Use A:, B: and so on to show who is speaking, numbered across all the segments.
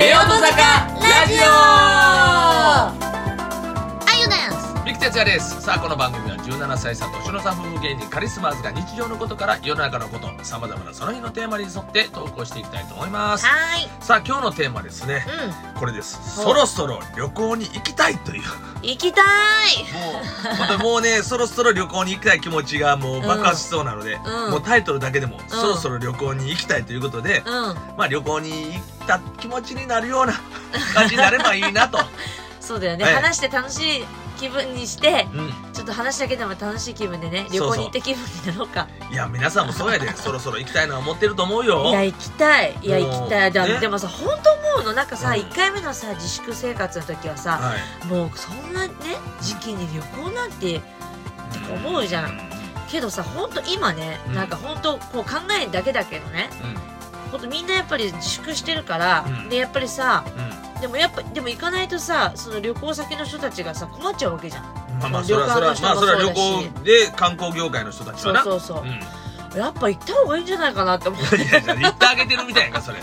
A: レオト坂ラジオ
B: あゆです
C: 三木哲也ですさあこの番組は17歳差年の差夫婦芸人カリスマーズが日常のことから世の中のことさまざまなその日のテーマに沿って投稿していきたいと思います
B: は
C: さあ今日のテーマですね
B: ーい
C: これです
B: ほう
C: そろそろ旅行に行きたいというも
B: うん行きたいう
C: 本当にもうねそろそろ旅行に行きたい気持ちがもう爆発しそうなので、
B: うん
C: もうタイトルだけでも、そろそろ旅行に行きたいということで、
B: うん
C: まあ旅行に行った気持ちになるよ うな感じになればいいなと、
B: そうだよね、
C: はい
B: 話して楽しい気分にして
C: うん、
B: ちょっと話だけでも楽しい気分でね旅行に行った気分になろうか
C: いや皆さんもそうやでそろそろ行きたいのは思ってると思うよ
B: いや行きたいいや
C: もう
B: 行きたいで,、
C: ね
B: でもさ本当思うのなんかさ、
C: うん
B: 一1回目のさ自粛生活の時はさ、
C: はい
B: もうそんなね時期に旅行なんて思うじゃんけどさ本当今ね、
C: うん
B: なんか本当こう考えるだけだけどね
C: うんうん
B: 本当みんなやっぱり自粛してるから、
C: うん
B: でやっぱりさ
C: うん
B: でもやっぱでも行かないとさその旅行先の人たちがさ困っちゃうわけじゃん
C: まあまあ
B: 旅
C: それはそ
B: 館
C: れ
B: の
C: は
B: 人
C: まあ
B: も
C: それは
B: そうだ
C: 旅
B: し
C: 行で観光業界の人たち
B: そ
C: は
B: う
C: な
B: そうそう
C: うん、い
B: やっぱ行った方がいいんじゃないかなって思う
C: やいや言ってあげてるみたいやんかそれ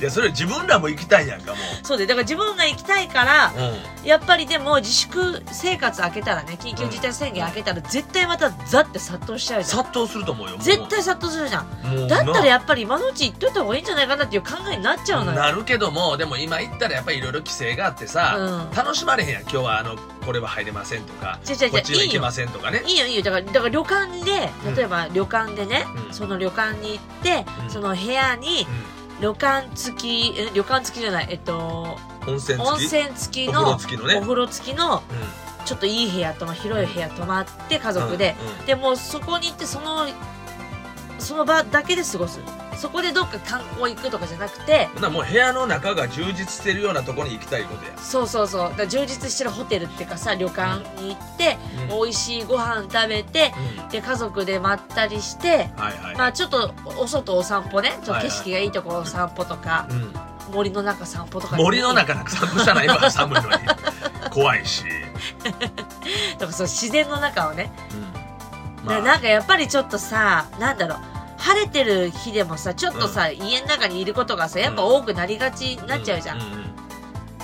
C: いやそれ自分らも行きたいやんかも
B: そうでだから自分が行きたいから
C: う、うん、
B: やっぱりでも自粛生活明けたらね緊急事態宣言明けたら絶対またザって殺到しちゃうじゃん
C: 殺到すると思うよもう
B: 絶対殺到するじゃん
C: もう
B: だったら
C: っ
B: やっぱり今のうち行っといた方がいいんじゃないかなっていう考えになっちゃうのよ
C: なるけどもでも今行ったらやっぱりいろいろ規制があってさ、
B: うん
C: 楽しまれへんやん今日はあのこれは入れませんとか
B: 違う違う違う
C: こっちは行けませんとかね
B: いいよいいよだからだから旅館
C: うん
B: で例えば旅館でね、
C: うん
B: その旅館に行って、
C: うん
B: その部屋に旅館付きえ旅館付きじゃないえっと
C: うん、温泉付き
B: 温泉付き
C: お
B: の
C: 風呂付きのね
B: お風呂付きの
C: うん
B: ちょっといい部屋と広い部屋泊まって家族で、
C: うんうん
B: でもうそこに行ってそのその場だけで過ごすそこでどっか観光行くとかじゃなくて
C: ほんならもう部屋の中が充実してるようなところに行きたいことや、
B: そうそうそうだから充実してるホテルっていうかさ旅館に行って、
C: うん
B: 美味しいご飯食べてで家族でまったりして
C: はいはい、
B: まあちょっとお外お散歩ねちょっと
C: はいはい
B: 景色がいいところお散歩とか、
C: う
B: 森の中散歩とか
C: ん、森の 中なんか散歩したないわ寒い のに怖いし、
B: とかそう自然の中をね
C: うん
B: でなんかやっぱりちょっとさなんだろう晴れてる日でもさちょっとさ、家の中にいることがさやっぱ多くなりがちになっちゃうじゃん、
C: うんうんうん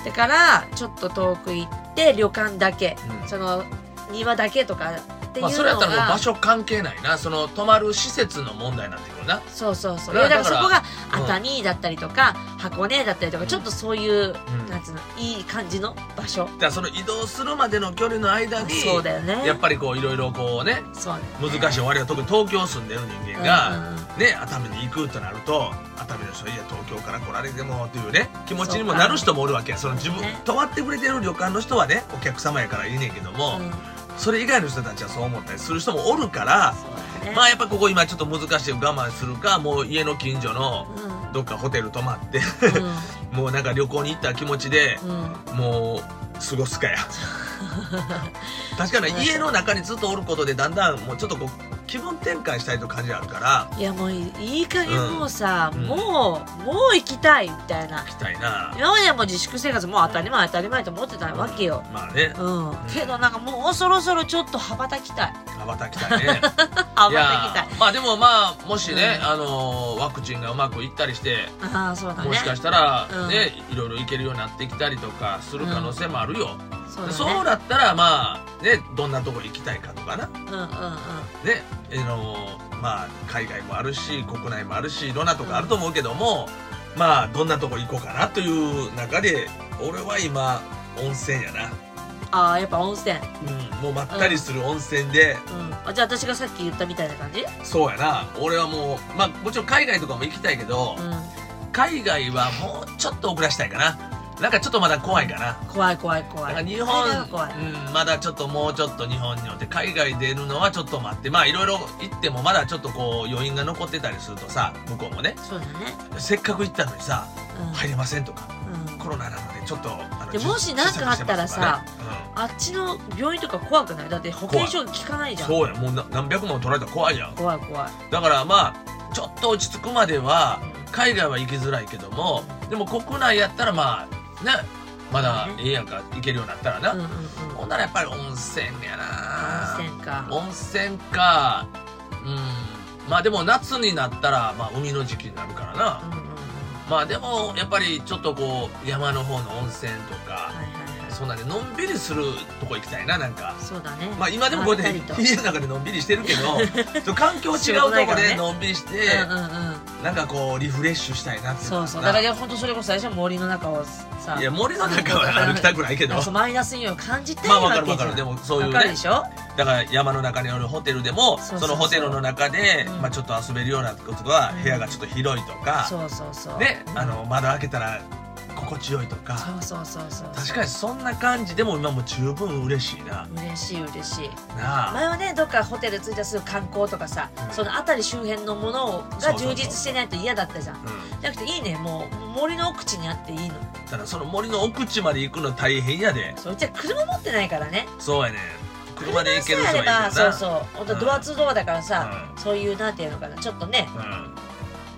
B: だからちょっと遠く行って旅館だけ、
C: うん
B: その庭だけとかっていうのが、
C: まあ、それやったらもう場所関係ないなその泊まる施設の問題になってくるな
B: そうそうそう
C: だ
B: だ
C: か
B: かららそこが
C: うん
B: 熱海だったりとか、箱根だったりとかちょっとそういう、
C: うん
B: なんつうのいい感じの場所、
C: だからその移動するまでの距離の間に
B: そうだよね
C: やっぱりこういろいろこうね
B: そう
C: 難しい我々は特に東京住んでる人間が、
B: うんうんうん
C: ね、熱海に行くとなると熱海の人いや東京から来られてもというね気持ちにもなる人もおるわけやその自分、
B: ね
C: 泊まってくれてる旅館の人はねお客様やからいいねんけども、
B: うん
C: それ以外の人たちはそう思ったりする人もおるから、
B: そうだね
C: まあやっぱここ今ちょっと難しい我慢するかもう家の近所の
B: う
C: どっかホテル泊まって
B: んうん
C: もうなんか旅行に行った気持ちで、
B: うん
C: もう過ごすかや確かに家の中にずっとおることでだんだんもうちょっとこう気分転換したいという感じがあるから
B: いやもういい加減もうさ、
C: うん
B: もうもう行きたいみたいな
C: 行きたいな
B: 今まではもう自粛生活もう当たり前当たり前と思ってたわけよ、
C: まあね
B: うんけどなんかもうそろそろちょっと羽ばたきたい
C: 羽ばたきたい ね
B: 羽
C: い
B: ばた
C: や
B: き
C: まあでもまあもしね、
B: うん
C: あのーワクチンがうまくいったりして
B: たいああそうだね
C: もしかしたら
B: うん
C: ね、いろいろいけるようになってきたりとかする可能性もあるよ、
B: そうだね
C: そうなったらまあねどんなとこ行きたいかとかな
B: うんうんうん
C: ねあのーまあ海外もあるし国内もあるしいろんなとこあると思うけども、まあどんなとこ行こうかなという中で俺は今温泉やな、
B: ああやっぱ温泉、
C: うん、もうまったりする温泉で、
B: うん、あじゃあ私がさっき言ったみたいな感じ
C: そうやな俺はもうまあもちろん海外とかも行きたいけど、
B: う
C: 海外はもうちょっと遅らしたいかななんかちょっとまだ怖いかな,、
B: ん怖い怖い怖い
C: なんか日
B: そ
C: 本
B: れが怖い
C: うん、まだちょっともうちょっと日本におって海外出るのはちょっと待ってまあいろいろ行ってもまだちょっとこう余韻が残ってたりするとさ向こうもね
B: そうだね
C: せっかく行ったのにさ
B: うん、
C: 入れませんとか
B: うん
C: コロナなのでちょっとあの
B: で
C: じ
B: もしなんかあったらさ
C: 自作してますとかね
B: あっちの病院とか怖くないだって保険証が効かない
C: うん
B: じゃん
C: そうやもうな何百万取られたら怖いやん
B: 怖い怖い、
C: だからまあちょっと落ち着くまでは
B: うん
C: 海外は行きづらいけどもでも国内やったらまあねまだええやんか行けるようになったらな、
B: うんうんうん、
C: ほんならやっぱり温泉や
B: 温
C: な
B: 泉か
C: 温泉かうんまあでも夏になったら、まあ、海の時期になるからな、
B: うんうんうん
C: まあでもやっぱりちょっとこう山の方の温泉と
B: は
C: か、
B: いはいはい
C: そんなでのんびりするとこ行きたいななんか
B: そうだね
C: まあ今でもこうやって
B: まったりと
C: 家の中でのんびりしてるけどちょ っと環境違うと
B: 仕事ない
C: こ
B: から
C: で
B: ね
C: のんびりして、
B: うんうんうん
C: なんかこうリフレッシュしたいなってい
B: そうそう
C: か
B: だ
C: な
B: から本当それこそ最初は森の中をさ
C: いや森の中は歩きたくないけど
B: そうマイナスイオンを感じたい
C: まあわ
B: わ
C: か
B: けじゃ
C: るわ
B: ん
C: かるでもそういう
B: わかる
C: ね
B: でしょ
C: だから山の中にあるホテルで
B: そ
C: もそう
B: そうそう
C: のホテルの中で、
B: うん
C: まあ、ちょっと遊べるようなことは
B: うん
C: 部屋がちょっと広いとか、
B: そうそうそう
C: ねあの窓開けたら心地よいとか
B: そうそうそうそう
C: 確かにそんな感じでも今も十分嬉しいな
B: 嬉しい嬉しい
C: なあ
B: 前はねどっかホテル着いたらすぐ観光とかさ、
C: うん
B: その辺り周辺のもの
C: そ
B: が
C: うそうそ
B: 充
C: う
B: 実してないと嫌だったじゃん
C: うん
B: じゃなくていいねもう森の奥地にあっていいの
C: ただその森の奥地まで行くの大変やで
B: そううちは車持ってないからね
C: そうやねん車で行ける人
B: さ
C: は
B: え
C: い
B: あ
C: い
B: れ
C: けどな
B: ばそうそう本当
C: うん
B: ドアツードアだからさ、そういうなんていうのかなちょっとね
C: うん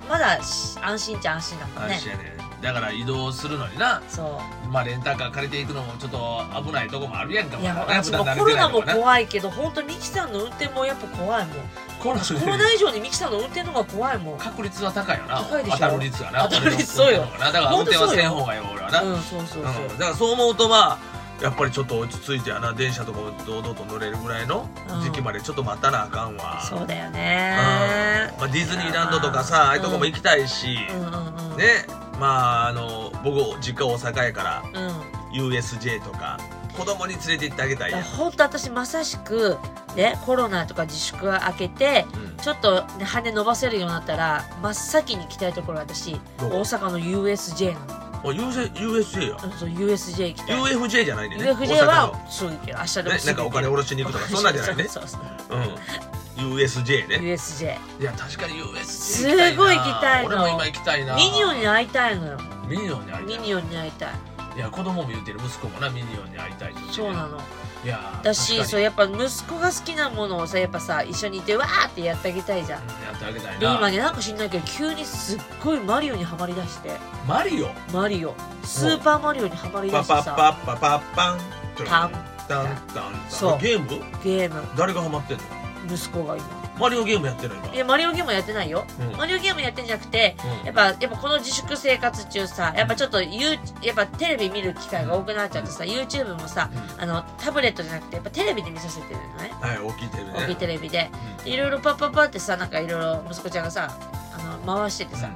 B: まだし安心っちゃ安心だもんね
C: 安心やねだから移動するのにな
B: そ
C: まあレンタカー借りていくのもちょっと危ないとこもあるやんか
B: ういや
C: まだ
B: 私も
C: な
B: コロナも
C: 普段慣れてないとこな
B: 怖いけど本当ミキさんの運転もやっぱ怖 いもん
C: コロナ
B: コロナ以上にミキさんの運転の方が怖いもん
C: 確率は高いよな
B: 高いでしょ
C: 当たる率はな
B: 当たる率そうよ
C: 俺の運転の方がなだから運転はせん方がいい俺はな、
B: うんそうそうそう、
C: うんだからそう思うとまあやっぱりちょっと落ち着いてやな電車とかも堂々と乗れるぐらいの時期までちょっと待たなあかんわ、
B: そうだよ
C: うん
B: ね
C: まあ、ディズニーランドとかさああいうとこも行きたいし、
B: うんうんうん
C: ねまああの僕実家大阪やから
B: うん、だか
C: USJ とか子供に連れて行ってあげたいや
B: ら
C: ん、
B: 本当私まさしく、ね、コロナとか自粛が明けて
C: うん
B: ちょっと、ね、羽伸ばせるようになったら真っ先に行きたいところが私
C: ど
B: 大
C: こ
B: 阪の USJ なの
C: あ USJ, USJ や
B: うんそう USJ 行きたい
C: UFJ じゃないね
B: UFJ
C: 大阪の
B: はそう行ける明日でも
C: ね、なんかお金下ろしに行くとかそんなんじゃない ね
B: そうそう
C: うん USJ ね
B: USJ
C: いや確かに USJ
B: すごい行きたいの
C: 俺も今行きたいな
B: ミニオンに会いたいのよ
C: ミニオンに会いた
B: ミ
C: い
B: ニオンに会いたい
C: いや子供も言ってる息子もなミニオンに会いたいって言ってる
B: そうなの
C: いや
B: だしそう
C: や
B: やっぱ息子が好きなものをさやっぱさ一緒にいてわーってやってあげたいじゃん
C: やってあげたい
B: で今
C: な
B: ねなんか知んないけど急にすっごいマリオにハマりだして
C: マリオ
B: マリオスーパーマリオにハマりだ
C: パ
B: して
C: パ
B: さ
C: パパパパン
B: パン
C: タンタン
B: そう
C: ゲーム
B: ゲーム
C: 誰がハマってんの
B: 息子が今
C: マリオゲームやってるの
B: いやマリオゲームはやってないよ
C: 今うん
B: マリオゲームやってんじゃなくて
C: うん
B: やっぱやっぱこの自粛生活中さやっぱちょっと、ユーやっぱテレビ見る機会が多くなっちゃってさ YouTube もさ
C: う
B: あのタブレットじゃなくてやっぱテレビで見させてるのね
C: んはい大きいテレビね
B: 大きいテレビで
C: う
B: でいろいろパッパッパってさなんかいろいろ息子ちゃんがさあの回しててさ、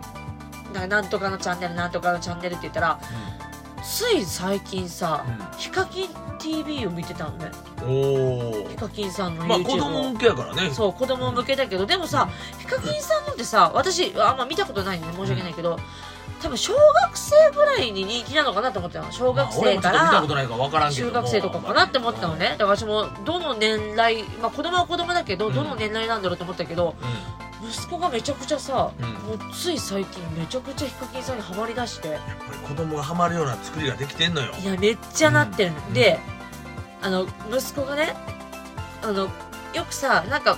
B: なんかなんとかのチャンネルなんとかのチャンネルって言ったらつい最近さ、ヒカキン TV を見てたのね
C: うんうんおお
B: ヒカキンさんの YouTube
C: まあ
B: を、
C: 子供向けやからね
B: そう子供向けだけどでもさヒカキンさんのってさ私あんま見たことないんで申し訳ないけど多分小学生ぐらいに人気なのかなと思ってたの小学生か
C: まあ俺もちょっと見たこ
B: ら
C: とないから分からんけど
B: 中
C: も
B: 学生とかかなって思ってたのねだから私もどの年代まあ子供は子供だけど
C: うん
B: どの年代なんだろうと思ったけど
C: う
B: 息子がめちゃくちゃさ
C: んうん
B: もうつい最近めちゃくちゃヒカキンさんにハマりだして
C: やっぱり子供がハマるような作りができてんのよ
B: いやめっちゃなってる
C: うん
B: のであの息子がねあのよくさなんか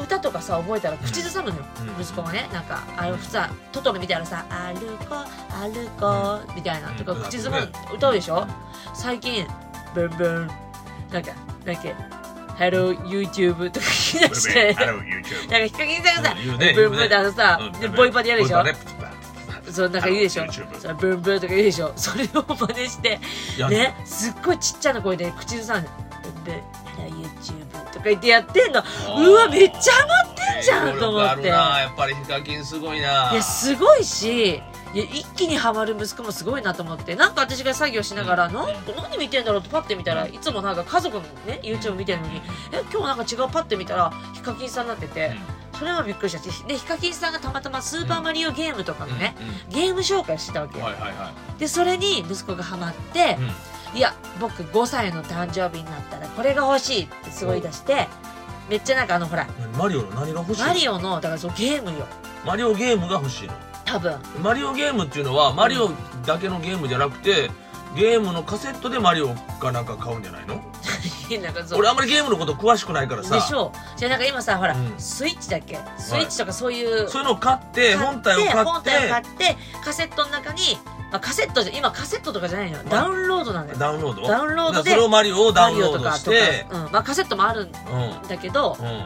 B: 歌とかさ覚えたら口ずさむのよ
C: うん
B: 息子がねなんかあれ普通はトトロみたいなさ「歩こう歩こう」みたいなとか
C: うん
B: 口ずさむ歌うでしょ最近「ブンブン」なんかなんか「ハロー YouTube」とか言い出して
C: あの YouTube
B: なんかヒカキンさんがさ
C: 言う
B: ブ
C: ね
B: ンブンってあのさ
C: うん
B: でボイパでやるでしょ
C: ボイパねプツプツ
B: そうなんか言うでしょ
C: あの YouTube
B: それブンブンとか言うでしょそれを真似して
C: やる
B: ねすっごいちっちゃな声で口ずさんで「ブンブンハロー YouTube」とか言ってやってんのうわめっちゃハマってんじゃんと思って
C: 影響力あるなやっぱりヒカキンすごいない
B: やすごいしいや一気にハマる息子もすごいなと思ってなんか私が作業しながら、
C: うん
B: なんか何見てんだろうとパッて見たらいつもなんか家族のね YouTube 見てるのにえ今日なんか違うパッて見たらヒカキンさんになっててそれはびっくりしたしでヒカキンさんがたまたま「スーパーマリオゲーム」とかのね、ゲーム紹介してたわ
C: う
B: け
C: ん
B: よ、
C: はいはいは
B: でそれに息子がハマって
C: い、うん
B: いや僕5歳の誕生日になったらこれが欲しいってすごい出してめっちゃなんかあのほら
C: 何マリオの何が欲しいの
B: マリオのだからそのゲームよ
C: マリオゲームが欲しいの
B: 多分
C: マリオゲームっていうのはマリオだけのゲームじゃなくてゲームのカセットでマリオかなんか買うんじゃないの
B: なんかそう
C: 俺あんまりゲームのこと詳しくないからさ
B: でしょうじゃあなんか今さほら、
C: うん
B: スイッチだっけスイッチとかそういう、
C: そういうのを買って本体を買
B: 本
C: って
B: 体を買ってカセットの中に、まあ、カセットじゃ今カセットとかじゃないのよ
C: ん
B: ダウンロードなのよ
C: ダウンロード
B: ダウンロード
C: だから
B: で
C: それをマリオをダ
B: マ
C: ウン
B: リオ
C: ロ
B: と
C: ード
B: か
C: し
B: と
C: て
B: か、うんまあ、カセットもあるん
C: うん
B: だけど
C: うん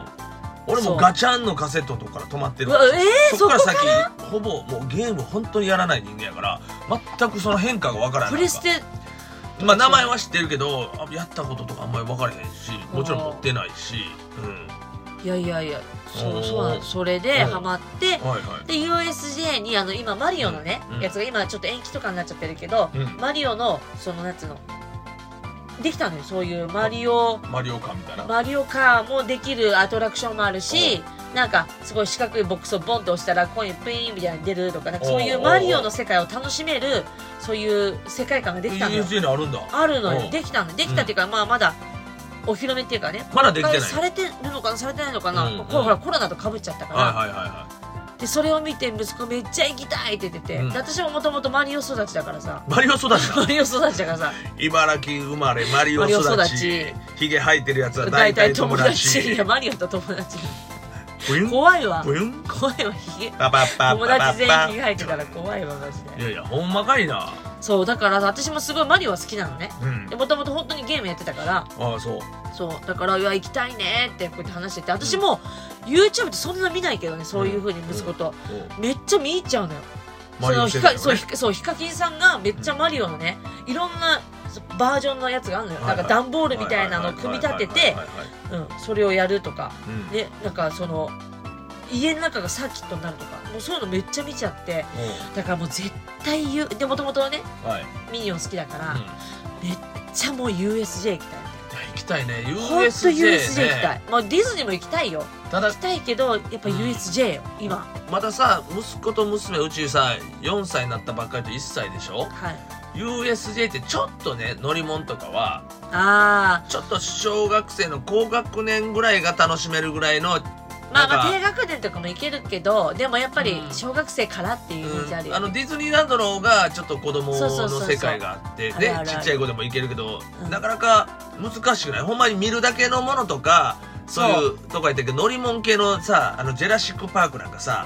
C: 俺も
B: そう
C: ガチャンのカセットのとこから止まって
B: う
C: る
B: わえー、
C: そ
B: そ
C: っ
B: こ
C: から先ほぼもうゲーム本当にやらない人間やから全くその変化がわからない
B: プレステ
C: まあ名前は知ってるけどあやったこととかあんまり分からへんしもちろん持ってないし
B: いやいやいやそ
C: お
B: う
C: ー
B: そうなんそれで
C: うん
B: ハマって
C: うんはいはい
B: で USJ にあの今マリオのね、
C: うん
B: やつが今ちょっと延期とかになっちゃってるけど、
C: うん
B: マリオのそのなんつうのできたのよそういうマリオ
C: マリオカーみたいな
B: マリオカーもできるアトラクションもあるしなんかすごい四角いボックスをボンって押したらコインプイーンみたいに出るとかなんかそういう
C: おー
B: マリオの世界を楽しめるそういう世界観ができたのよ
C: USJ にあるんだ
B: あるの
C: お
B: よ
C: う
B: できたのできたっていうか、まあまだお披露目っていうかね
C: まだできてない
B: されてるのかなされてないのかな、
C: うんうん
B: ほらほらコロナとかぶっちゃったから、
C: はいはいはいは
B: でそれを見て息子めっちゃ行きたいって言ってて、
C: うん
B: で私ももともとマリオ育ちだからさ
C: いマリオ育ち
B: マ
C: だ
B: リオ育ちだからさ
C: 茨城生まれマリオ育
B: マリオ育
C: ち
B: ち
C: ひげ生えてるやつは
B: 大
C: 大
B: 体
C: 体
B: 友
C: 友
B: 達い
C: 達
B: やマリオと友達
C: ブユン
B: 怖いわ
C: ブユン
B: 怖いわひげ
C: パパパパ
B: 友達全員着替え
C: い
B: てたら怖いわマジで
C: やいやほんまかいな
B: そうだから私もすごいマリオは好きなのね
C: うん
B: もともと本当にゲームやってたから
C: ああそう
B: そうだからいや行きたいねってこうやって話してて私も YouTube ってそんな見ないけどねそういうふうに息子と、
C: お
B: めっちゃ見入っちゃうのよ
C: マリオ
B: そのヒ
C: 世代
B: カ
C: の
B: そう
C: ね
B: ヒカそうヒカキンさんがめっちゃマリオのねいろんなそバージョンのやつがあるのよ、
C: はいはい
B: なんか段ボールみたいなのを組み立て
C: はい
B: て
C: はいはいはいはいはい
B: うんそれをやるとか
C: うん
B: でなんかその家の中がサーキットになるとかもうそういうのめっちゃ見ちゃってだからもう絶対 U でもともとね
C: おうはい
B: ミニオン好きだから、
C: うん
B: めっちゃもう USJ 行きたい
C: いや行きたいね
B: ほんと
C: USJ
B: USJ 行きた
C: ね
B: い、まあ、ディズニーも行きたいよ
C: た
B: 行
C: だ
B: きたいけどやっぱ
C: うん
B: USJ よ今
C: またさ息子と娘うちさ4歳になったばっかりと1歳でしょ
B: はい
C: USJ ってちょっとね乗り物とかは
B: あ
C: ちょっと小学生の高学年ぐらいが楽しめるぐらいの、
B: ーまあま
C: なんか
B: あ低学年とかも行けるけどでもやっぱり
C: うん
B: 小学生からっていうイメージあるよ、
C: あ
B: ね
C: のディズニーランドの方がちょっと子供
B: そうそうそうそ
C: の
B: う
C: 世界があって
B: あるあ
C: ね
B: るある
C: ちっちゃい子でも行けるけど、
B: うん
C: なかなか難しくないほんまに見るだけのものとかそういうとか言ったけど乗り物系のさあのジェラシック・パークなんかさ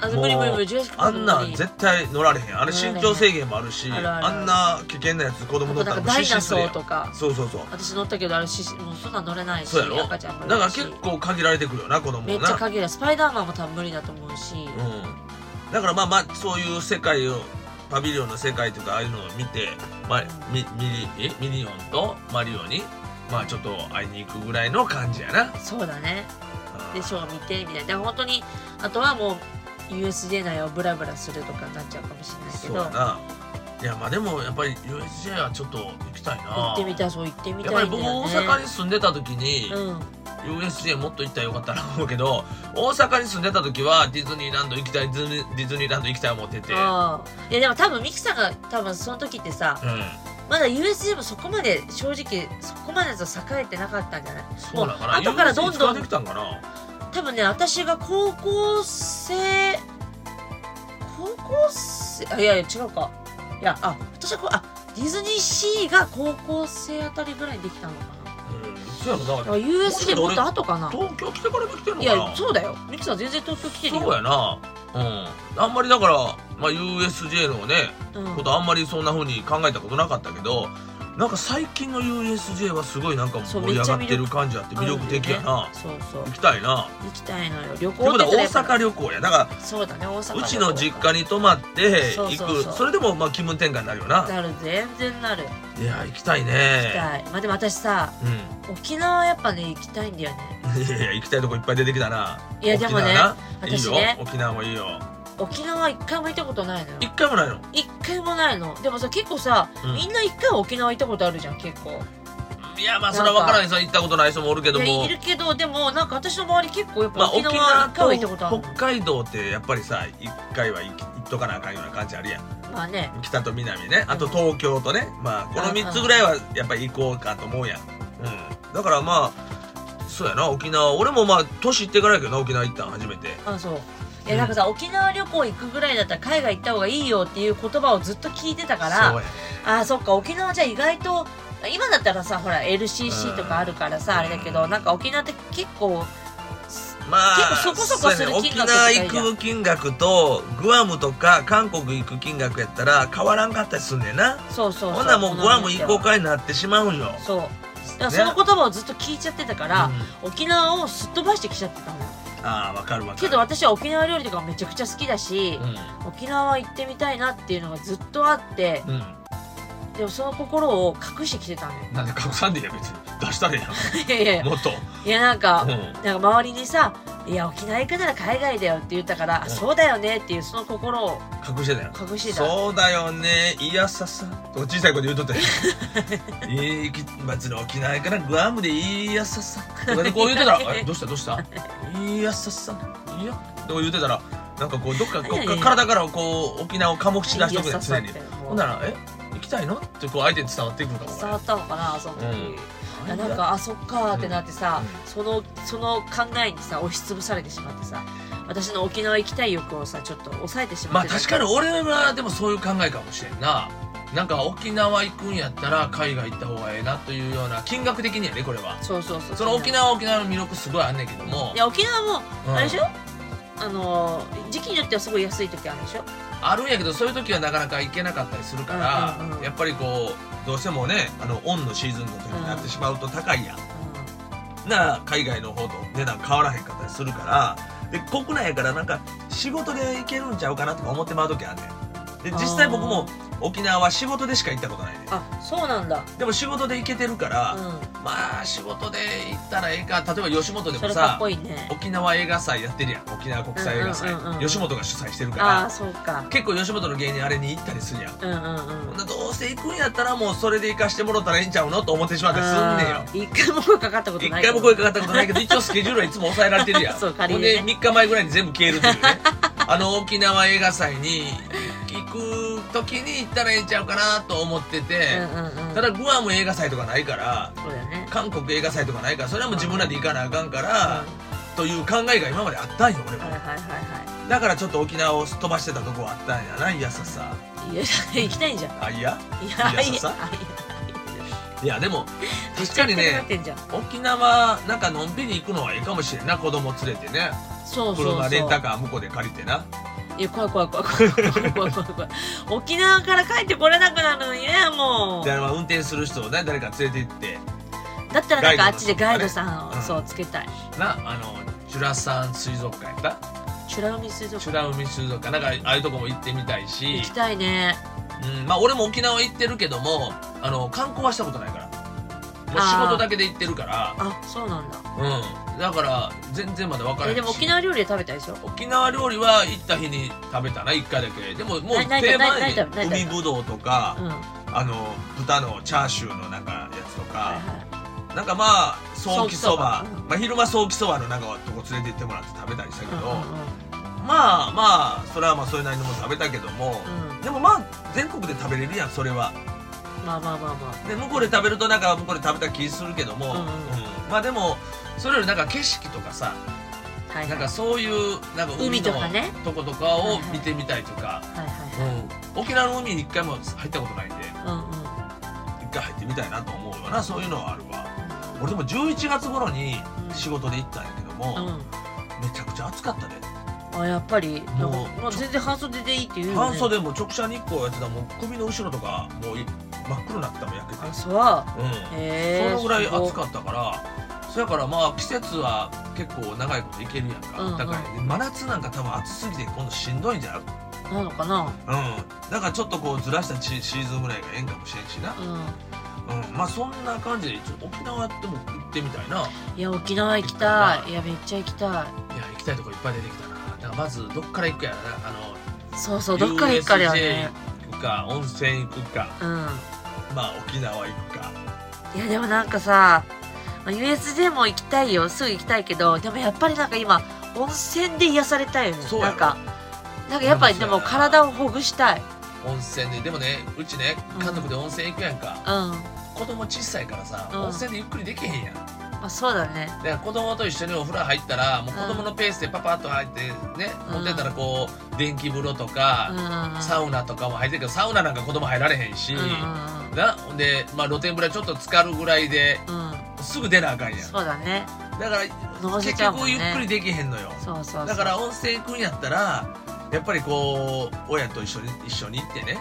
B: あの
C: もう
B: 無理無理無理ジュラシックパ
C: あ
B: ーク
C: ん
B: 無
C: なん
B: 理
C: 絶対乗られへんあれ身長制限もあるし
B: あ
C: あ
B: るある
C: んな危険なやつ子供乗
B: あと
C: っ
B: な
C: た
B: ん
C: らも
B: か
C: う
B: ダイ
C: 失
B: ナ
C: 神す
B: ソ
C: るや
B: ー
C: ん
B: とか
C: そうそうそう
B: 私乗ったけどあれしもうそんなん乗れないし
C: そうやろ
B: 赤ちゃんも
C: だから
B: し
C: 結構限られてくるよな子供もな
B: めっちゃ限るスパイダーマンも多分無理だと思うし、
C: うん、だからまあまあそういう世界をパビリオンの世界とかああいうのを見て、まあ、ミミリえミニオンとマリオにまあちょっと会いに行くぐらいの感じやな。
B: そうだね
C: うん
B: でショー見てみたいなだから本当にあとはもう USJ 内をブラブラするとかになっちゃうかもしれないけ
C: そう
B: ど
C: や
B: 行
C: ないやまあでもやっぱり USJ はちょっと行きたいな。
B: ってみたいそう行ってみた
C: や
B: い
C: っ
B: ん
C: ぱ
B: だ
C: り
B: よ
C: 僕
B: ね
C: 大阪に住んでた時に、
B: うん、
C: USJ もっと行ったらよかったなと思うけど大阪に住んでた時はディズニーランド行きたいディズニーディズニーランド行きたい思ってて、うん、
B: ああいやでも多分ミキさんが多分その時ってさまだ USJ もそこまで正直そこまでと栄えてなかったんじゃない
C: そうだか
B: も
C: ら
B: う後からどんどん
C: USJ いつらできたんかな
B: 多分ね私が高校生高校生あいやいや違うかいやあ私はこうあディズニーシーが高校生あたりぐらいにできたのかな
C: うんそうやろだから
B: あ USJ もっと後かな
C: 東京来てからも来てるの
B: い
C: かな
B: やそうだよミキさん全然東京来てるよ
C: そうやなうんあんまりだから、まあ、USJ のね
B: うん
C: ことあんまりそんな風に考えたことなかったけどなんか最近の USJ はすごいなんか
B: そう
C: 盛り上がってる感じあって魅力的やな、
B: そうそう
C: 行きたいな
B: 行きたいのよ旅
C: って
B: 行
C: ことは
B: 言
C: 大
B: ったらやっ
C: 阪旅行やだか
B: ぱそうだね大阪
C: らう
B: 旅行
C: ちの実家に泊まって
B: そ
C: 行
B: う
C: くそ
B: そうそう
C: れでもまあ気分転換になるよな
B: なる全然なる行
C: いや行きたい
B: き
C: ね
B: たいまあでも私さ沖縄はやっぱね行きたいんだよね
C: うん いやいや行きたいとこいっぱい出てきたない
B: やでもね
C: 沖縄ないい
B: 私
C: よ
B: ね
C: 沖縄もいいよ
B: 沖縄一回も行ったことないのよ
C: 一回もないの
B: 一回もないのでもさ結構さ、
C: うん
B: みんな一回は沖縄行ったことあるじゃん結構
C: いやまあそれは分からない人は行ったことない人もおるけど
B: いや
C: も
B: いるけどでもなんか私の周り結構やっ
C: ま
B: ぱ
C: あ
B: 沖
C: 沖
B: 縄は
C: 縄
B: 一回は行ったことある
C: と
B: の、
C: 北海道ってやっぱりさ一回は行き行っとかなあかんような感じあるやん
B: まあね
C: 北と南ねあと東京とねまあこの3つぐらいはやっぱり行こうかと思うやん、うん、だからまあそうやな沖縄俺もまあ年行ってからやけどな沖縄行ったん初めて
B: あそういやなんかさ、沖縄旅行行くぐらいだったら海外行った方がいいよっていう言葉をずっと聞いてたか
C: そう
B: ら
C: や
B: あーそっか沖縄じゃ意外と今だったらさほら LCC とかあるからさ、
C: うん
B: あれだけどなんか沖縄って結構
C: まあ
B: 結構そこそこする
C: そうやね
B: 金額
C: 沖縄
B: とかい
C: 行く金額とグアムとか韓国行く金額やったら変わらんかったりすんねんな
B: そうそうそう
C: ほんならもうグアム行こう
B: 沖縄
C: かになってしまうんよ
B: 行ってはそうだからその言葉をずっと聞いちゃってたから、沖縄をすっ飛ばしてきちゃってたのよ
C: ああわかるわかる
B: けど私は沖縄料理とかめちゃくちゃ好きだし、沖縄行ってみたいなっていうのがずっとあって
C: うん、うん、
B: でもその心を隠してきてたのよ
C: なんで隠さんでいいや別に出したらい い
B: いやいや
C: やんもっと
B: いやなんか
C: うんうん
B: なんか周りにさ「いや沖縄行くなら海外だよ」って言ったから「あ
C: うん
B: そうだよね」っていうその心を
C: 隠してたよ
B: 隠してた
C: そうだよねいやささとか小さい声で言うとったよ いいき別に沖縄からグアムでいいやささとかでこう言 うてたら「えどうしたどうしたいいやささいいや」とか言うてたらなんかこうどっかどっか体からこう沖縄を醸し出しとくね
B: いいや
C: 常に
B: 刺さって
C: ほんなら「え行きたいの?」ってこう相手に伝わっていくのかも
B: 伝わったのかなその時、
C: うん
B: いやなんかあそっかーってなってさ、
C: う
B: そのその考えにさ押しつぶされてしまってさ私の沖縄行きたい欲をさちょっと抑えてしま
C: ま
B: っ
C: あ
B: てた
C: 確かに俺はでもそういう考えかもしれんななんか沖縄行くんやったら海外行った方がええなというような金額的にやねこれは
B: そうそうそう
C: その沖縄は沖縄の魅力すごいあんねんけども
B: いや沖縄も
C: うん
B: あれでしょ、あのー時期によってはすごい安い時あるでしょ
C: あるんやけどそういう時はなかなか行けなかったりするから、
B: うんうんうん
C: やっぱりこうどうしてもねあのオンのシーズンの時になってしまうと高いやん、なあ海外の方と値段変わらへんかったりするからで国内やからなんか仕事で行けるんちゃうかなとか思ってまう時あんねんで実際僕も沖縄は仕事でしか行ったことないねん
B: あそうなんだ
C: でも仕事で行けてるから、
B: う
C: まあ仕事で行ったらええか例えば吉本で
B: んそ
C: も
B: れかっ
C: さ
B: こいいね
C: 沖縄映画祭やってるやん沖縄国際映画祭、
B: うんうんうんうん
C: 吉本が主催してるか
B: ああ
C: ら
B: そうか
C: 結構吉本の芸人あれに行ったりするやん
B: うんうんうん
C: ほんなどうせ行くんやったらもうそれで行かしてもろたらええんちゃうのと思ってしまったりすんねんよ
B: あー一回も声かかったこと
C: 一
B: ない
C: 回も声かかったことないけど一応スケジュールはいつも抑えられてるや ん
B: そう
C: ほ
B: 仮
C: ん
B: に
C: で
B: ね
C: 3日前ぐらいに全部消えるっていうねあの沖縄映画祭に行く時に行ったらええんちゃうかなと思ってて、
B: うんうんうん
C: ただグアム映画祭とかないから
B: そうだよね
C: 韓国映画祭とかないからそれはもう自分らで行かなあかんか
B: うん
C: ら
B: は、
C: という考えが今まであったんよ俺
B: いはい
C: も
B: はいはい
C: だからちょっと沖縄をすっ飛ばしてたとこはあったんやないやささ
B: いや、行きたいんじゃん。い
C: あいや
B: や、い
C: い
B: や、
C: や
B: いや
C: さいやで も確かに
B: なっ
C: ね
B: てんじゃん。
C: 沖縄なんかのんびり行くのはいいかもしれんな子供連れてね
B: そうそうそ
C: 車
B: う。
C: レンタカー向こうで借りてない
B: や、怖い怖い怖い怖い怖い怖い怖い怖い。沖縄から帰ってこれなくなるのにね、もう
C: で。運転する人をね誰か連れて行って
B: だったらなんかあ
C: ガイドの
B: っちでガイドさ
C: あ
B: ん
C: れ
B: を、
C: うん
B: そう、つけたい。
C: なあのチュラさん水族館やった
B: 美ら海水
C: チ
B: 族
C: ュ
B: 館。
C: ラ海水族館なんかああいうとこも行ってみたいし
B: 行きたいね。
C: うん、まあ俺も沖縄行ってるけどもあの観光はしたことないからもう仕事だけで行ってるから
B: あ、そうなんだ。
C: うんだから全然まだ分からな
B: え、
C: い
B: でも沖縄料理で食べたでしょ
C: 沖縄料理は行った日に食べたな1回だけでももう
B: ないない
C: 定番
B: ない
C: や
B: ないないな
C: ね
B: い
C: 海ぶどうとか、
B: うん。はい
C: あの豚のチャーシューのなんかやつとか、
B: は
C: なんかまあソーキそば
B: ソーキそばうん
C: まあ、昼間ソーキそばのなんかとこ連れて行ってもらって食べたりした
B: い。
C: け
B: う
C: ど、
B: んうん
C: まあまあそれはまあそれなりのもの食べたけども、
B: うんうん。
C: でもまあ全国で食べれるやんそれは
B: まあまあまあまあ。
C: で向こうで食べるとなんか向こうで食べた気するけども、
B: うんうん
C: まあでもそれよりなんか景色とかさ
B: はい
C: な
B: はい。
C: んかそういうなんか海
B: 海
C: の
B: とかね
C: とことかを見てみたいとか、
B: はいはい。
C: うん沖縄の海に一回も入ったことないんで
B: うんうん。
C: 一回入ってみたいなと思うよなそういうのはあるわ俺でも11月頃に仕事で行ったんやけども、めちゃくちゃ暑かったで、
B: うん。あ、やっぱり、なんか
C: もう
B: まあ全然半袖でいいって言うよね。
C: 半袖も直射日光やってたらもう首の後ろとかもうい真っ黒になってたもん焼けて
B: あ、そう。
C: う
B: へ
C: ん
B: え
C: そのぐらい暑
B: っ
C: かったからそやからまあ季節は結構長いこといけるやんか、
B: うんうん
C: だから真夏なんか多分暑すぎて今度しんどいんじゃない
B: たなのかな
C: うんだからちょっとこうずらしたシシーズンぐらいがええんかもしれんしな、
B: う
C: うん、まあそんな感じでちょっと沖縄でも行ってみたいない
B: んいや沖縄行きたいいやめっちゃ行きた
C: や行きたいとこいっぱい出てきたなだからまずどっから行くやろなあの
B: いそうそうどっから行くかだよ
C: USJ
B: ね
C: 行くか温泉行くか
B: うん
C: まあ沖縄行くか
B: いやでもなんかさまあ USJ も行きたいよすぐ行きたいけどでもやっぱりなんか今温泉で癒されたいよね
C: そうや
B: な
C: ろ
B: んかなんかやっぱり
C: そ
B: で
C: うやな
B: も体をほぐしたい
C: 温泉ででもねうちね
B: うん
C: 家族で温泉行くやんか、
B: うんま
C: 子供小さいからさ、
B: うん
C: 温泉でゆっくりできへんやんだか
B: あそうだね
C: ら子供と一緒にお風呂入ったらもう子供のペースでパパッと入ってね、
B: うん
C: 持ってったらこう電気風呂と
B: う
C: か
B: ん、うん
C: サウナとかも入ってるけどサウナなんか子供入られへんし、
B: うん
C: なほんで、まあ、露天風呂ちょっと浸かるぐらいで
B: うん
C: すぐ出なあかん
B: うん
C: やん
B: そうだね
C: だから
B: のぼせ
C: 結
B: ちゃうもん
C: 局
B: ね
C: ゆっくりできへんのよ
B: そうそうそう
C: だから温泉行くんやったらやっぱりこう親と一緒に一緒に行ってね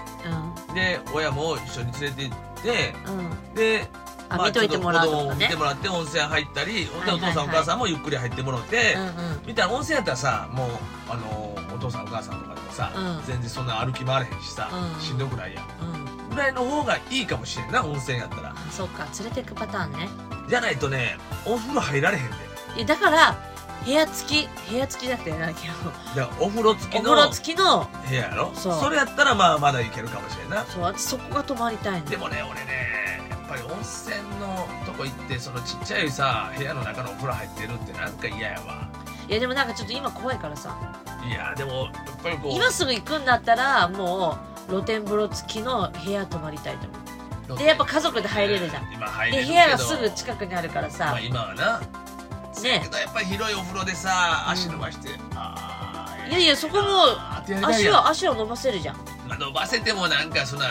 B: うん
C: で親も一緒に連れて行って
B: うん
C: で
B: あ、
C: まあ
B: 見といてもらう
C: ちょっ
B: と
C: と子供
B: か
C: を見
B: ね
C: てもらって温泉入ったり、ほんで
B: は
C: お
B: いはいはい
C: 父さんお母さんもゆっくり入ってもらって、
B: うんうん
C: みたいな温泉やったらさもうあのーお父さんお母さんとかでもさ、
B: うん
C: 全然そんな歩き回れへんしさ、
B: うん
C: しんどくないやん
B: うん
C: ぐらいの方がいいかもしれんな温泉やったら
B: あそうか連れてくパターンね
C: じゃないとねお風呂入られへんで
B: いやだから部屋付き部屋付きじゃなくてなんだけど
C: だからお風呂付
B: お
C: きの
B: 風呂付きの
C: 部屋やろ
B: そう
C: れやったらまあまだいけるかもしれんな
B: そう私そこが泊まりたいの
C: でもね俺ねやっぱり温泉のとこ行ってそのちっちゃいさ部屋の中のお風呂入ってるってなんか嫌やわ
B: いやでもなんかちょっと今怖いからさ
C: いやでもやっぱりこう
B: 今すぐ行くんだったらもう露天風呂付きの部屋泊まりたいと思
C: ど
B: う
C: うぞ
B: でやっぱ家族で入れるじゃん
C: 今入れる
B: で部
C: けど
B: 屋がすぐ近くにあるからさ、
C: まあ今はなけ
B: ね
C: どやっぱり広いお風呂でさ
B: うん
C: 足伸ばして、あー
B: いやいやそこも
C: あーってやりたい
B: 足
C: やん
B: を足を伸ばせるじゃん
C: まあ伸ばせてもなんかそんな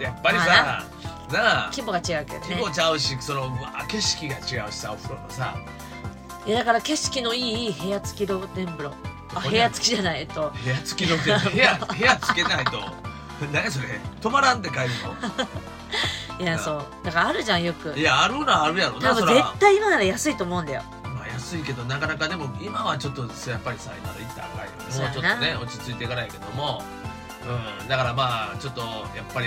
C: やっぱり
B: ま
C: さなあ
B: 規模が違うけど
C: 規
B: ね
C: 模ちゃうしそのうわ景色が違うしさお風呂のさ
B: いやだから景色のいい部屋付き露天風呂あ
C: これ
B: 部屋付きじゃないえっと
C: 部屋付きの部屋部屋部屋つけないと何やそれ止まらんで帰る
B: いやそうだからあるじゃんよく
C: のいやあるなあるやろ
B: 多
C: な
B: 分
C: そら
B: 絶対今なら安いと思うんだよ
C: まあ安いけどなかなかでも今はちょっとやっぱりさ今の行ったらあかんよね
B: そうや
C: もうちょ
B: な
C: っとね落ち着いていかないけどもうんだからまあちょっとやっぱり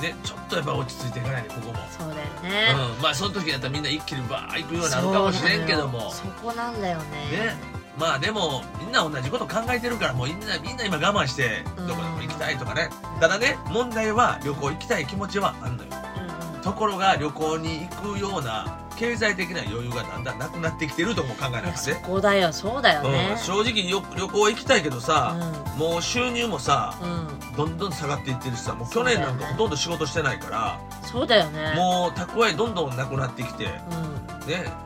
C: ねちょっとやっぱ落ち着いていかないでここも、
B: そうだよね、
C: うん、まあその時やったらみんな一気にバー行くようにな
B: そ
C: る
B: う
C: かもしれんけども
B: なのよそこなんだよね
C: ねまあでもみんな同じこと考えてるからもうみんなみんな今我慢してどこでも行きたいとかねただね問題は旅行行きたい気持ちはあんのよ
B: うんうん
C: ところが旅行に行くような経済的な余裕がだんだんなくなってきてるとも考えないく
B: やそ
C: て、
B: こだよそうだよね
C: うん、正直よ旅行行きたいけどさ、もう収入もさ
B: うん、うん、
C: どんどん下がっていってるしさもう
B: そ
C: 去
B: うだよ
C: 年
B: ね
C: なんかほとんど仕事してないか
B: そうだよ
C: ら、
B: ね
C: もう蓄えどんどんなくなってきてね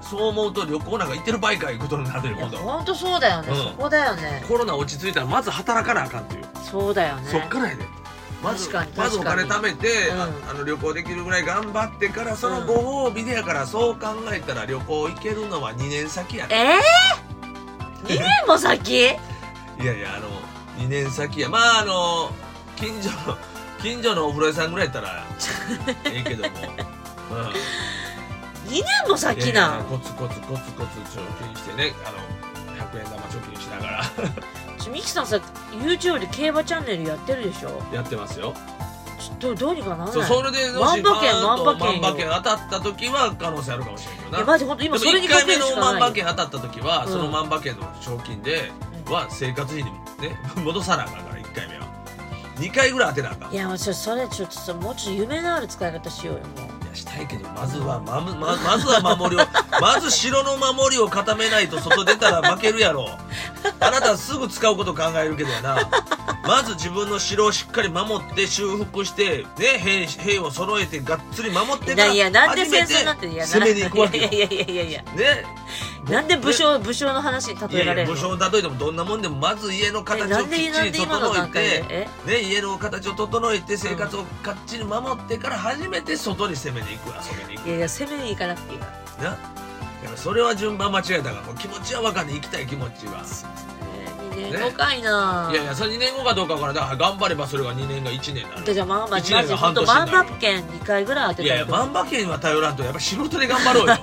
B: う
C: そう思うと旅行なんか行ってる場合かいうことになるよ
B: んいや
C: 今度
B: ほんとそうだよね、
C: うん
B: そこだよね
C: コロナ落ち着いたらまず働かなあかんっていう、
B: そうだよね
C: そっからやでまず
B: 確かに
C: まずお金
B: 確か
C: 貯
B: に
C: めて、
B: うん
C: ああの旅行できるぐらい頑張ってからそのご褒美でやから、そう考えたら旅行行けるのは2年先やね
B: えー、2年も先
C: いやいやあの2年先やまああの近所近所のお風呂屋さんぐらいやった らええけども、うん、
B: 2年も先ない
C: やいやコツコツコツコツ貯金してねあの100円玉貯金しながら
B: ちょミキさんさ YouTube で競馬チャンネルやってるでしょ
C: やってますよ
B: ちょっとどうにかならない
C: そうそれで
B: 万馬券
C: バーンと
B: 万馬券よ
C: 万馬券当たった時は可能性あるかもしれんけど
B: え
C: な
B: マジ本当今それに
C: 1
B: か
C: 回
B: け
C: 目
B: る
C: の
B: しか
C: 万
B: な
C: 馬
B: いよ
C: 券当たった時は、
B: うん
C: その万馬券の賞金では 生活費にね戻さなあかんから1回目は2回ぐらい当てなあかん
B: いやもうちょっとそれちょっとさもうちょっと夢のある使い方しようよも
C: いやしたいけどまずはま むままずは守りをまず城の守りを固めないと外出たら負けるやろあなたはすぐ使うこと考えるけどやなまず自分の城をしっかり守って修復してね兵兵を揃えてがっつり守って
B: うい
C: から
B: やいやなんで
C: 初め
B: 戦争になってるいや
C: 攻めに行くわけよ
B: いやいやいやいや
C: ね
B: なんで武将武将の話に
C: い
B: 例え
C: や
B: ら
C: い
B: れ
C: や
B: る
C: 武将
B: の
C: を例えてもどんなもんでもまず家の
B: え
C: 形
B: な
C: を
B: ん
C: きっ
B: で
C: ち
B: なん
C: り
B: で今の
C: 整え
B: 段階
C: て
B: で、え
C: ね、家の形を整えて生活をかっちり守ってから初めて外に攻めに行く遊びに行く
B: いやいや攻めに行かなくていいから
C: なだからそれは順番間違えたからもう気持ちは分かんない行きたい気持ちは
B: えー、2年後かいな、
C: いやいやそれ2年後かどうか分からんだから頑張ればそれが2年が1年にな
B: じ
C: る
B: ゃあまあまあマ
C: 一
B: ジ
C: 年が
B: ほんと
C: 半
B: 万
C: 年になる
B: 馬券2回ぐらい当
C: い
B: てた
C: や
B: ら
C: いや万馬券は頼らんとやっぱ仕事で頑張ろう よ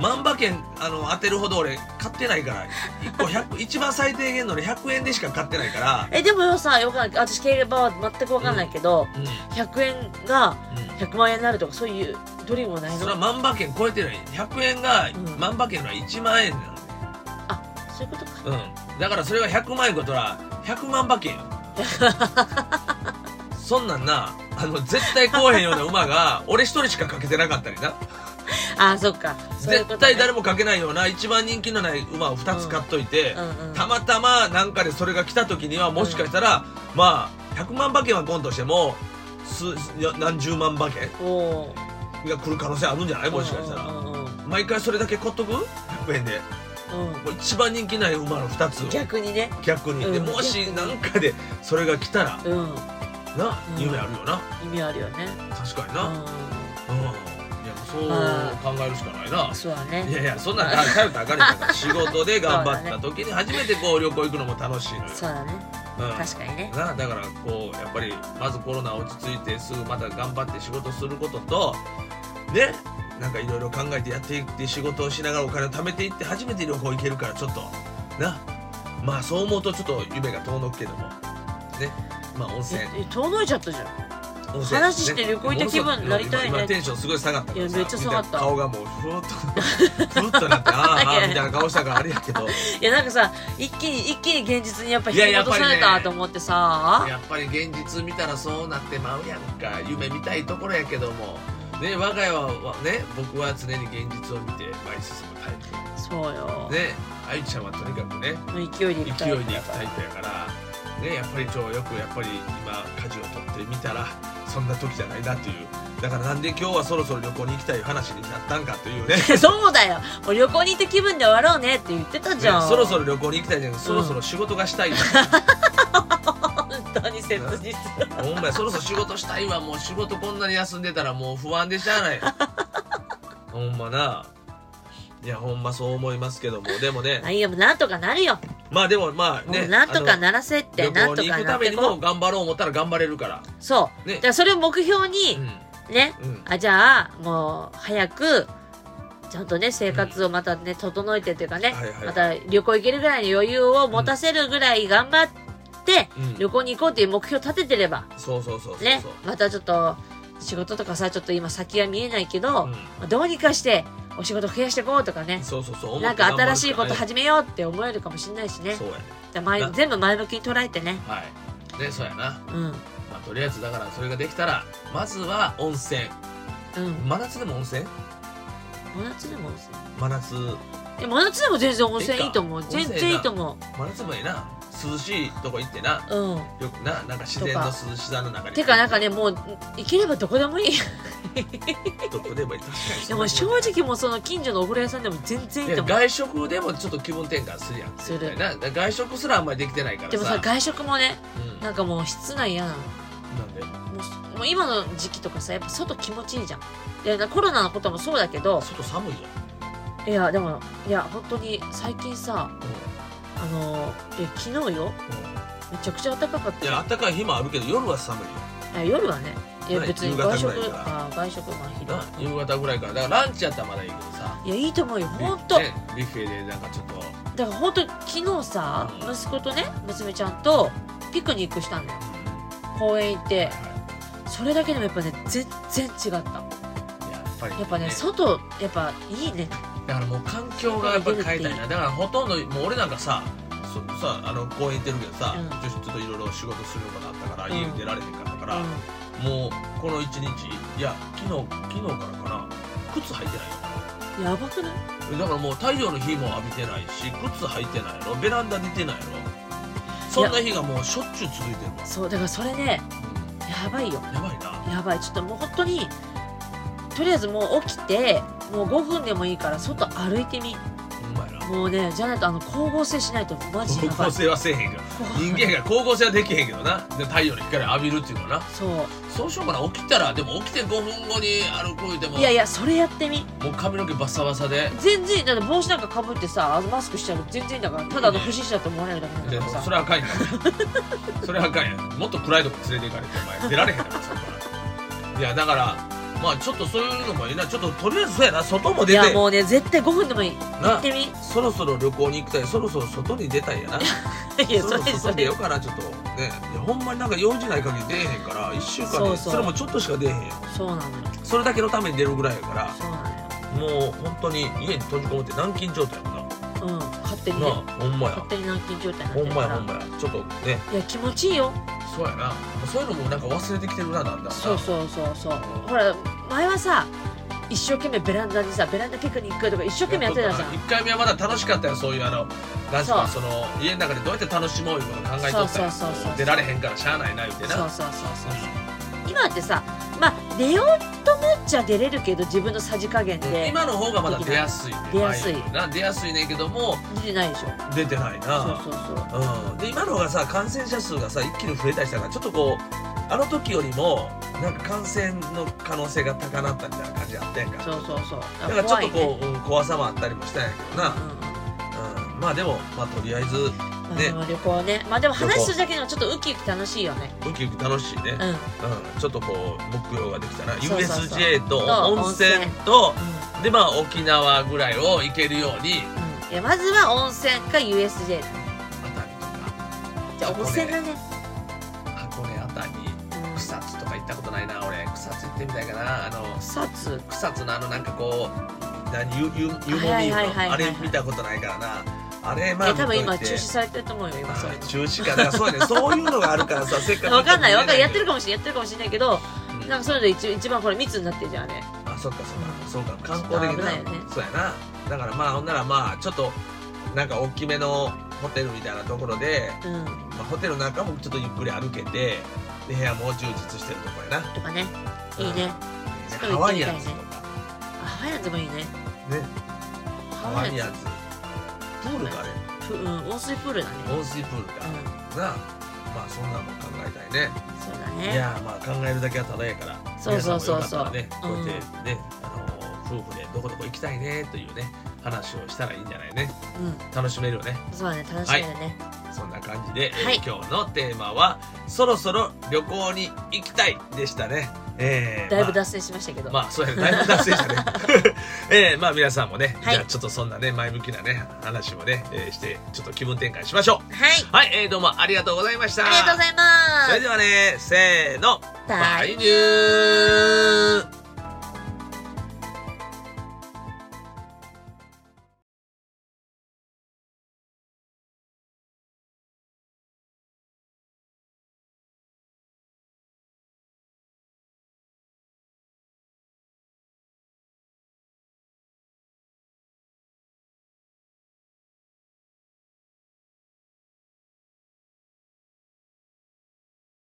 C: 万馬券あの当てるほど俺買ってないから1個100一番最低限の俺100円でしか買ってないから
B: えでもよさよくない私競馬は全く分かんないけど、
C: うん、
B: 100円が
C: うん
B: 100万円になるとかそういうドリームはない
C: そ
B: の
C: れは万馬券超えてない100円が
B: うん
C: 万馬券のは1万円な
B: そういうことか
C: の、うん、だからそれが100万円ことは100万馬 券よそんなんなあの絶対こうへんような馬 が俺一人しかかけてなかったりな
B: あそっかそういうこと、
C: 絶対誰もかけないような一番人気のない馬を2つ買っといて、
B: うんうん
C: たまたまなんかでそれが来た時にはもしかしたら、まあ100万馬券はゴンとしても数何十万馬券
B: お
C: が来る可能性あるんじゃない
B: ー
C: もしかしたら。
B: うんうんうんうん
C: 毎回それだけ買っとく100円でもう一番人気ない馬の2つを
B: 逆にね
C: 逆に、で
B: うん
C: もし何かでそれが来たら
B: うん
C: な、
B: うん
C: 夢あるよな
B: 意味あるよね
C: 確かに
B: う
C: な、うん
B: ん
C: いやそう考えるしかないな、
B: そうだ
C: いや
B: ね
C: いやそんなん頼ったらあかんねんから仕事で頑張った時に初めてこう旅行行くのも楽しいのよ、
B: そうだね
C: うん
B: 確かにね
C: なだからこうやっぱりまずコロナ落ち着いてすぐまた頑張って仕事することとねなんかいろいろ考えてやっていって仕事をしながらお金を貯めていって初めて旅行行けるからちょっとなまあそう思うとちょっと夢が遠のくけどもねまあ温泉
B: ええ遠のいちゃったじゃん
C: 温泉
B: 話して旅行行った気分
C: ね
B: になりたいね
C: 今今テンションすごい下がったからさ
B: いやめっちゃ下がった
C: みいな顔がもうふわっとふっとなってあ あああみたいな顔したからあれやけど
B: いやなんかさ一気に一気に現実にやっぱ引
C: いや
B: き
C: やっ
B: 戻
C: ぱり
B: さ
C: ね
B: れたと思ってさ
C: やっぱり現実見たらそうなってまうやんか夢見たいところやけどもね我が家はね僕は常に現実を見て前に進むタイプ
B: そうよ、
C: ね愛ちゃんはとにかくね
B: もう勢いで行くタ
C: 勢
B: イ
C: い
B: プ
C: に
B: だ
C: 行く
B: か
C: タイプやからねやっぱりちょよくやっぱり今舵を取ってみたらそんな時じゃないなっていうだからなんで今日はそろそろ旅行に行きたい話になったんかというね
B: らそうだよもう旅行に行って気分で終わろうねって言ってたじゃん、
C: ねそろそろ旅行に行きたいじゃんそろそろ仕事がしたい、
B: 本当に切実
C: お前そろそろ仕事したいわもう仕事こんなに休んでたらもう不安でしゃあない ほんまないやほんまそう思いますけどもでもね
B: あいいよなんとかなるよ、
C: まあでもまあ
B: も
C: ね
B: うなんとか
C: あの
B: ならせって
C: 旅
B: なん
C: 行
B: と
C: に行
B: か
C: く
B: な
C: た
B: って
C: めに
B: こ
C: も
B: う
C: 頑張ろう思ったら頑張れるから
B: そう、
C: ね
B: だからそれを目標に
C: う、ん
B: ね
C: うん
B: あじゃあもう早くちゃんとね生活をまたね、整えてっていうかね、
C: はいはい
B: また旅行行けるぐらいの余裕を持たせるぐらい頑張って、
C: うん
B: 旅行に行こうっていう目標を立ててれば
C: そうそうそうそうそう
B: ねまたちょっと仕事とかさちょっと今先は見えないけど、
C: うん
B: まあどうにかしてお仕事増やしていこうとかね
C: そうそうそう思
B: な
C: っ
B: ん
C: て頑
B: か
C: 張るら
B: 新しいこと
C: ね
B: 始めようって思えるかもしれないしね
C: そうやね
B: だから前
C: な
B: 全部前向きに捉えてね
C: はいねそうやな、ま
B: うん
C: あ、とりあえずだからそれができたらまずは温泉
B: うん
C: 真夏でも温泉
B: 真夏でも温泉
C: 真夏
B: いや真夏でも全然温泉いいと思う
C: いいか
B: 全然いいと思
C: 真夏もええな涼しいとこ行ってな
B: ううん
C: よくななんか自然の涼しさの中に
B: てかなんかねもう行ければどこでもい い
C: どこでもいい確かに
B: でも正直もうその近所のお風呂屋さんでも全然いい
C: い
B: と
C: や
B: 思う
C: 外食でもちょっと気分転換するやん
B: する
C: 絶対なだから外食すらあんまりできてないからさ
B: でもさ外食もね
C: うん、
B: なんかもう室内嫌なのも
C: なんで
B: うもう今の時期とかさやっぱ外気持ちいいじゃんでなコロナのこともそうだけど
C: 外寒いじゃ
B: いやでもいや本当に最近さ
C: ん、うん
B: あのえ昨日よ
C: う
B: めちゃくちゃ暖かかっ
C: んいや
B: た
C: 暖かい日もあるけど夜は寒いよ
B: いや夜はねいや
C: ない
B: 別に
C: 夕方
B: 外食
C: ぐらいから
B: あー外食がひど
C: な夕方ぐらいからだからランチやったらまだいいけどさ
B: いいやいいと思うよ本当
C: ねビュッフェでなんかちょっと
B: だから本当昨日さ
C: うん
B: 息子とね娘ちゃんとピクニックしたんだよ公園行ってそれだけでもやっぱね全然違ったや
C: やっぱり
B: っぱね外やっぱいいね
C: だからもう環境がやっぱり変えたいなだからほとんどもう俺なんかさそさあの公園行ってるけどさ、
B: うん
C: ちょっといろいろ仕事するのがあったから、
B: うん
C: 家に出られへんかったか
B: う
C: ら、
B: ん
C: もうこの一日いや昨日昨日からかな靴履いて
B: やばくない
C: ないよだからもう太陽の日も浴びてないし靴履いてないやろベランダ出てないやろそんな日がもうしょっちゅう続いてるわ
B: そうだからそれねやばいよ
C: やばいな
B: やばいちょっともう本当にとりあえずもう起きてもう5分でもいいから外歩いてみ
C: ほんまやな
B: もうねじゃないとあの光合成しないとマジで
C: 光
B: やばい
C: 合成はせえへんけど人間が光合成はできへんけどなで太陽の光を浴びるっていうのはな
B: そう
C: そうしようかな起きたらでも起きて5分後に歩くでも
B: いやいやそれやってみ
C: もう髪の毛バッサバサで
B: 全然だって帽子なんかかぶってさあのマスクしたら全然だからただの不審者だと思われるだけ
C: で
B: だから
C: そ
B: さ
C: れはあかんやんそれはあかんやんもっと暗いとこ連れて行かれてお前出られへんやろそこからいやだからまあちょっとそういうのもいいなちょっととりあえずそうやな外も
B: い
C: 出
B: や
C: て
B: もうね絶対5分でもいい行
C: な
B: ってみい
C: そろそろ旅行に行きたいそろそろ外に出たいやな
B: や
C: そ
B: そ
C: ろ
B: れ
C: そ
B: そ
C: ろ外出よ
B: れ
C: うかなちょっとねいやほんまになんか用事ない限り出えへんから1週間で
B: そうそう
C: それもちょっとしか出えへんよ
B: そうなのよ
C: それだけのために出るぐらいやか
B: そうな
C: らもう本当に家に閉じこもって軟禁状態やもんな
B: のようん勝手に
C: な
B: ね
C: あほんまや
B: 勝手に軟禁状態になっ
C: ほ
B: て
C: ん
B: る
C: ま
B: か
C: やほんま
B: ら
C: やちょっとね
B: いや気持ちいいよ
C: そうやなそういうのもなんか忘れてきてるなだんだんな
B: そうそうそうそうほら前はさ一生懸命ベランダにさベランダピクニックとか一生懸命やってたじゃん
C: 一回目はまだ楽しかったよそういうあのなんすか
B: そ
C: その家の中でどうやって楽しもういうこと考えとったよ
B: そうそうそうそう
C: 出られへんからしゃあないな言うてな
B: そうそうそうそう今ってさまあ出ようと思っちゃ出れるけど自分のさじ加減
C: うん
B: で
C: 今の方がまだ出やすいね
B: 出やすい
C: 前よりな出やすいねんけども
B: 出てないでしょ
C: 出てない
B: そう
C: な
B: そうそう
C: うんで今の方がさ感染者数がさ一気に増えたりしたからちょっとこうあの時よりもなんか感染の可能性が高なったみたいな感じあってんか
B: そうそうそう
C: だ
B: だ
C: からちょっとこう、うん怖さもあったりもしたんやけどな
B: う、んうん
C: うん、まあでも、まあ、とりあえず
B: あ
C: ね
B: の旅行ねまあでも話するだけでもちょっとウキウキ楽しいよね
C: ウキウキ楽しいね
B: う、ん、うん、
C: うん、ちょっとこう目標ができたな
B: そうそうそう
C: USJ と
B: と
C: 温泉
B: 温泉
C: とでまあ沖縄ぐらいを行けるように
B: うん、いやまずは温泉か USJ だ
C: 熱海とか
B: じゃあ温泉だね
C: 箱根熱海
B: うん
C: 草津とか行ったことないな俺草津行ってみたいかなあの
B: 草津
C: 草津のあのなんかこう何ゆゆ湯も
B: はい
C: み
B: はいはいはい
C: のあれ見たことないからなあれ
B: い
C: まあ
B: や多分今
C: 見と
B: 中
C: いて
B: 止されてると思うよ今それ
C: あー中止かだからそうやねそういうのがあるからさせっかく
B: わかんないわかんないやってる
C: か
B: かもしれないやってるかもしれないけどなんかそれで一一番これ密になってんじゃんあれ
C: あそっかそっかそうか観光
B: ちょっ
C: 的な
B: と危ないよね
C: そうやなだからまあほんならまあちょっとなんか大きめのホテルみたいなところで、
B: うん
C: まあ、ホテルの中もちょっとゆっくり歩けてで部屋も充実してるとこやな
B: とかねいいね
C: で
B: ちょっと行
C: ハ
B: っ
C: ワ
B: てみ
C: イ
B: たい
C: ア
B: ね
C: ンズとか
B: あハワイアンズもいいね
C: ね
B: ハ
C: ハワ
B: ワイ
C: イ
B: ア
C: ア
B: ン
C: ンズプールかあれ
B: ズプうん温水プールだね
C: 温水プールか、
B: う
C: なあまあそんなの考えたいね
B: んそうだ
C: い
B: ね
C: やーまあ考えるだけはただやから
B: そうそうそうそう
C: 皆さんもよかったらねこうやってね、あのー夫婦でどこどこ行きたいねというね話をしたらいいんじゃないね
B: うん
C: 楽しめるよね
B: そうだね楽しみだね
C: そんな感じで、えー
B: はい
C: 今日のテーマは「そろそろ旅行に行きたい」でしたね、えー
B: だいぶ
C: まあ
B: 脱線しましたけど
C: まあそうやね、だいぶ脱線したね。 えーまあ皆さんもね、
B: はい
C: じゃあちょっとそんなね、前向きなね、話もね、えーして、ちょっと気分転換しましょ
B: はい。
C: う。はい、えー、どうもありがとうございました。
B: ありがとうございま
C: それ
B: す。
C: ではね、せーの。
B: バイ
C: バイニュー